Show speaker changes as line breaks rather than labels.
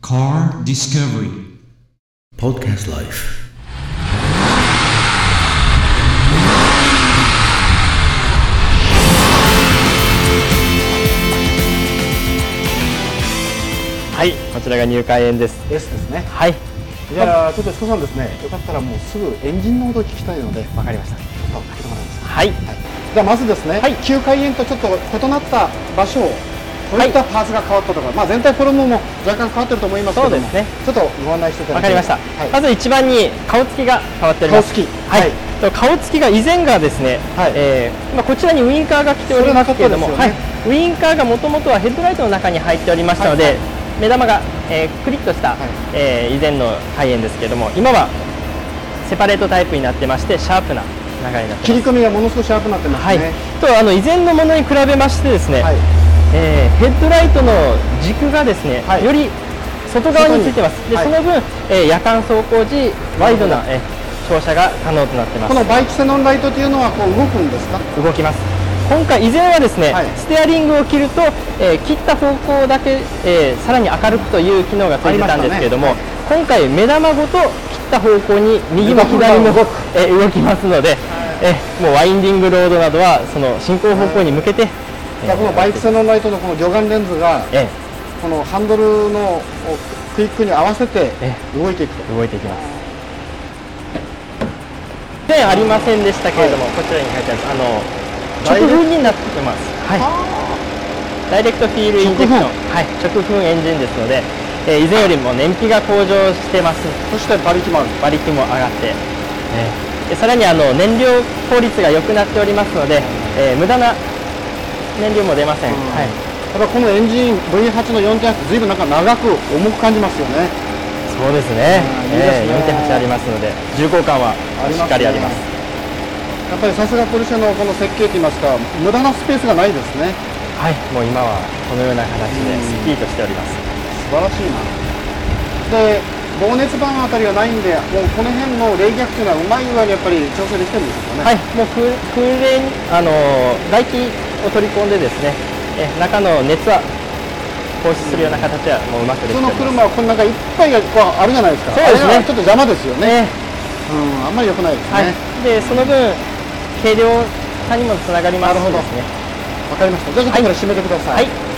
Car Discovery.
Podcast Life.
はい、はいこちらが入会園です。
ですですね。
はい、
じゃあ、ちょっと須藤さんですね、よかったらもうすぐエンジンの音を聞きたいので、
わかりました。
ちょっとかけてもらえますか。
はい、
じゃあ、まずですね、
はい
旧海園とちょっと異なった場所を、どういったパーツが変わったとか、まあ全体フォルムも若干変わってると思いますけども、
そうですね
ちょっとご案内していただ
わ
け
かりました。ま
はい。
ず一番に顔つきが変わっております。
顔つき
は
はい
い。と顔つきが以前がですね、
はい
えーまあこちらにウインカーが来ておりますけれども、
それ
は
ないかった
ウ
で。
インカーがもともとはヘッドライトの中に入っておりましたので、
はいは
目玉が、えークリッとした、
はい
えー以前の開園ですけれども、今はセパレートタイプになってましてシャープな流れになって
切
ま
り
す。
込みがものすごくシャープになってます
はい
ね。。
とあの以前のものに比べましてですね。
はい。
えーヘッドライトの軸がですね、
はい
より外側についてますで、
外
そ
に
の分、えー夜間走行時ワイドな、えー照射が可能となってま
こ
す
のバイクセノンライトというのはこう動くんですか
動きます今回以前はですね、
はい
ステアリングを切ると、えー切った方向だけ、えーさらに明るくという機能がついてたんですけれども、
ありま
今回目玉ごと切った方向に右も左も動
動
く、えー動きますので、えーもうワインディングロードなどはその進行方向に向けて、
じゃあこのバイクセノンライトのこの魚眼レンズが、
え
このハンドルのクイックに合わせて
え
動いていくと。
動いていきます以前ありませんでしたけれども、こちらに書いてあるあの
ダイレ
直
クト
噴になってますはいダイレクトフィールインジェクション
直
はい直噴エンジンですので、えー以前よりも燃費が向上してます
そして馬力も
馬
ある。
力も上がって、えーでさらにあの燃料効率が良くなっておりますので、えー無駄な燃料も出ません、はい
やっぱこのエンジン V8 の4.8ずいぶんなんか長く重く感じますよね
そうですね
うんいいですね
えー4.8ありますので重厚感はしっかりあります
やっぱりさすがポルシェのこの設計といいますか無駄なスペースがないですね
はい、もう今はこのような形でスッキリとしております。
素晴らしいなで防熱板あたりがないんでもうこの辺の冷却というのはうまい具合にやっぱり調整できてるんですよ
は
ね、
い、もう空空冷にあのー外気を取り込んでですね、え中の熱は放出するような形はもううまくでき
普
てお
通
り
の
ます。
車はこの中いっぱいがこうあるじゃないですか
そうですね
あれはちょっと邪魔ですよね
ね、
うんあんまり良くないです
は
ね、
い、でその分軽量化にもつながりますし
なるほど
ですね。
わかりましたじゃあちょっとこれ閉めてくださ、
はいい。